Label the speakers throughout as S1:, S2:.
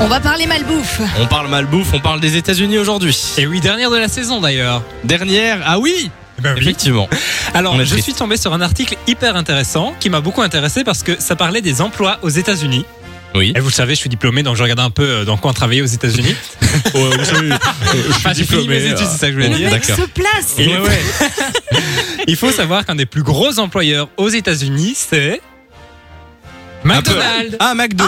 S1: On va parler malbouffe.
S2: On parle malbouffe, on parle des États-Unis aujourd'hui.
S3: Et oui, dernière de la saison d'ailleurs.
S2: Dernière, ah oui,
S3: Ben
S2: effectivement.
S3: Alors,
S2: On est
S3: je
S2: pris.
S3: suis tombé sur un article hyper intéressant qui m'a beaucoup intéressé parce que ça parlait des emplois aux États-Unis.
S2: Oui.
S3: Et vous le savez, je suis diplômé, donc je regardais un peu euh, dans quoi travailler aux États-Unis. Enfin, j'ai fini mes études, c'est ça que je voulais
S1: Le
S3: dire.
S1: mec
S2: d'accord.
S1: se place.
S3: Et- Il faut savoir qu'un des plus gros employeurs aux États-Unis, c'est McDonald's.
S2: Ah, McDo.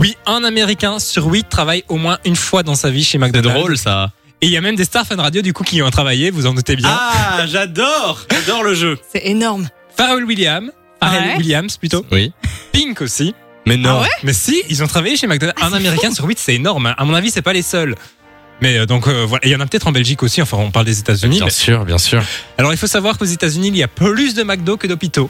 S3: Oui, un Américain sur huit travaille au moins une fois dans sa vie chez
S2: c'est
S3: McDonald's.
S2: drôle ça.
S3: Et il y a même des stars fans radio du coup qui y ont travaillé, vous en doutez bien.
S2: Ah, j'adore, j'adore le jeu.
S1: C'est énorme.
S3: Pharrell Williams, Pharrell
S1: Ouais.
S3: Williams plutôt,
S2: Oui.
S3: Pink aussi.
S2: Mais non.
S1: Ah ouais
S3: Mais si, ils ont travaillé chez McDonald's.
S1: Ah,
S3: un
S1: c'est
S3: Américain sur huit, c'est énorme. hein. À mon avis, c'est pas les seuls. Mais euh, donc euh, voilà, Et il y en a peut-être en Belgique aussi. Enfin, on parle des États-Unis.
S2: Bien
S3: mais-
S2: sûr, bien sûr.
S3: Alors, il faut savoir qu'aux États-Unis, il y a plus de McDo que d'hôpitaux.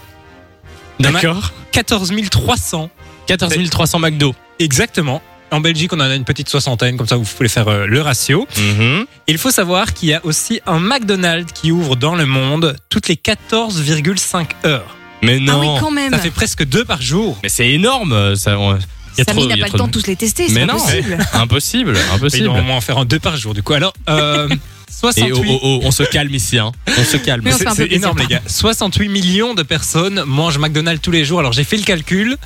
S2: D'accord.
S3: 14 300
S2: 14 300 McDo.
S3: exactement. En Belgique, on en a une petite soixantaine. Comme ça, vous pouvez faire euh, le ratio.
S2: Mm-hmm.
S3: Et Il faut savoir qu'il y a aussi un McDonald's qui ouvre dans le monde toutes les 14,5 heures.
S2: Mais
S1: Ah
S2: non.
S1: oui, quand même.
S3: Ça fait presque deux par jour.
S2: Mais c'est énorme. Ça, on- il y a
S1: Samy
S2: trop-
S1: n'a
S2: il y a
S1: pas
S2: trop
S1: le temps de tous les tester,
S2: Mais
S1: c'est
S2: non.
S1: impossible.
S2: Impossible,
S3: Mais ils doivent au
S2: impossible.
S3: moins en faire un deux par jour. Du coup, alors euh,
S2: Et
S3: 68.
S2: oh, oh, oh, on se calme ici, hein. On se calme.
S1: Oui, on
S3: C'est-
S1: se fait un peu
S3: C'est
S1: plaisir,
S3: énorme, les gars. 68 millions de personnes mangent McDonald's tous les jours. Alors, j'ai fait le calcul.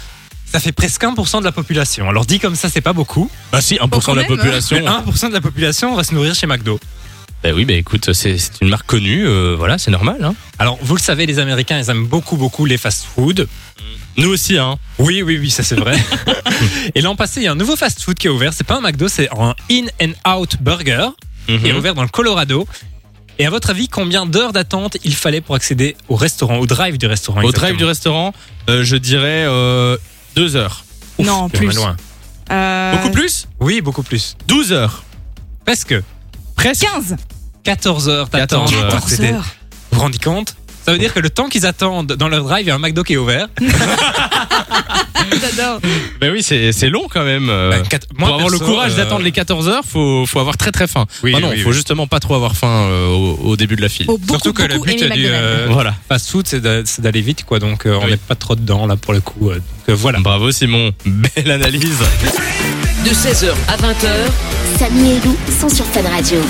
S3: Ça fait presque 1% de la population. Alors, dit comme ça, c'est pas beaucoup.
S2: Bah si, 1% de la
S1: Quand même, hein.
S2: population.
S3: Mais 1% de la population va se nourrir chez McDo.
S2: Ah. Bah oui, bah écoute, c'est c'est une marque connue, euh, voilà, c'est normal. Hein.
S3: Alors, vous le savez, les Américains, ils aiment beaucoup, beaucoup les fast-food.
S2: Nous aussi, hein.
S3: Oui, oui, oui, ça c'est vrai. Et l'an passé, il y a un nouveau fast-food qui est ouvert. C'est pas un McDo, c'est un In and Out Burger qui est
S2: Mhm.
S3: ouvert dans le Colorado. Et à votre avis, combien d'heures d'attente il fallait pour accéder au restaurant, au drive du restaurant
S2: Au
S3: exactement
S2: drive du restaurant, euh, je dirais euh, deux heures.
S3: Ouf,
S1: Non,
S3: puis on est
S1: plus.
S3: loin.
S1: Euh,
S2: Beaucoup plus
S3: Oui, beaucoup plus.
S2: 12 heures.
S3: Presque.
S2: Presque.
S1: 15.
S3: 14 heures
S2: 14
S3: d'attente.
S2: heures.
S3: pour
S1: 14
S3: accéder.
S1: Euh, heures.
S3: Vous vous rendez compte Ça veut dire que le temps qu'ils attendent dans leur drive, il y a un McDo qui est ouvert.
S1: J'adore.
S2: Bah oui, c'est c'est long quand même. euh.
S3: Bah, quatre-
S2: pour
S3: moi,
S2: avoir le
S3: perso,
S2: courage
S3: euh,
S2: d'attendre les 14 heures, faut, faut avoir très très faim.
S3: Oui,
S2: Bah non,
S3: oui,
S2: faut
S3: oui.
S2: justement pas trop avoir faim euh, au, au début de la file.
S1: Faut beaucoup,
S3: Surtout que le
S1: beaucoup
S3: but
S1: aimer
S3: du
S1: McDonald's.
S3: euh,
S2: Voilà.
S3: fast-food, c'est d'a- c'est d'aller vite, quoi. Donc euh, on
S2: Oui.
S3: n'est pas trop dedans, là, pour le coup. euh, donc euh, voilà.
S2: Bravo Simon, belle analyse.
S4: De 16h à 20h,
S5: Samy et Lou sont sur Fan Radio.